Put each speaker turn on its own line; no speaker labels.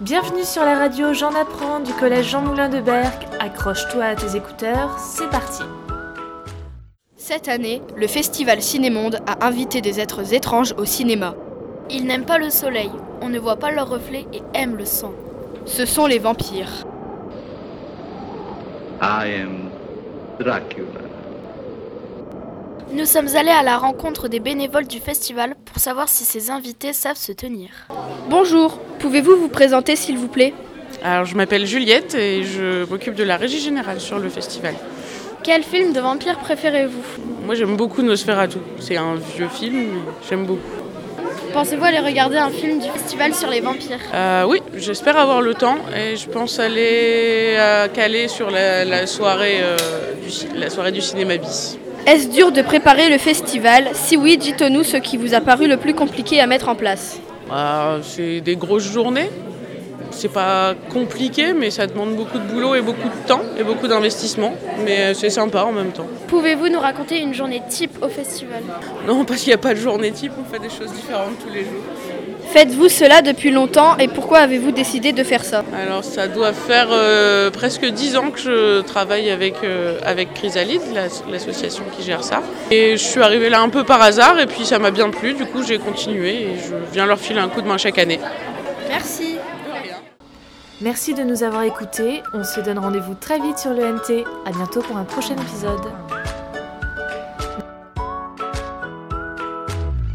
Bienvenue sur la radio J'en apprends du collège Jean Moulin de Berck. Accroche-toi à tes écouteurs, c'est parti.
Cette année, le festival Cinémonde a invité des êtres étranges au cinéma.
Ils n'aiment pas le soleil, on ne voit pas leur reflet et aiment le sang.
Ce sont les vampires.
I am Dracula.
Nous sommes allés à la rencontre des bénévoles du festival pour savoir si ces invités savent se tenir.
Bonjour, pouvez-vous vous présenter s'il vous plaît
Alors, je m'appelle Juliette et je m'occupe de la régie générale sur le festival.
Quel film de vampire préférez-vous
Moi, j'aime beaucoup Nosferatu. C'est un vieux film, mais j'aime beaucoup.
Pensez-vous aller regarder un film du festival sur les vampires
Euh, oui, j'espère avoir le temps et je pense aller à Calais sur la, la soirée, euh, du, ci- la soirée du cinéma bis.
Est-ce dur de préparer le festival Si oui, dites-nous ce qui vous a paru le plus compliqué à mettre en place.
Euh, c'est des grosses journées. C'est pas compliqué, mais ça demande beaucoup de boulot et beaucoup de temps et beaucoup d'investissement. Mais euh, c'est sympa en même temps.
Pouvez-vous nous raconter une journée type au festival
Non, parce qu'il n'y a pas de journée type, on fait des choses différentes tous les jours.
Faites-vous cela depuis longtemps et pourquoi avez-vous décidé de faire ça
Alors ça doit faire euh, presque 10 ans que je travaille avec, euh, avec Chrysalide, l'as- l'association qui gère ça. Et je suis arrivée là un peu par hasard et puis ça m'a bien plu, du coup j'ai continué et je viens leur filer un coup de main chaque année.
Merci.
Merci de nous avoir écoutés. On se donne rendez-vous très vite sur le NT. À bientôt pour un prochain épisode.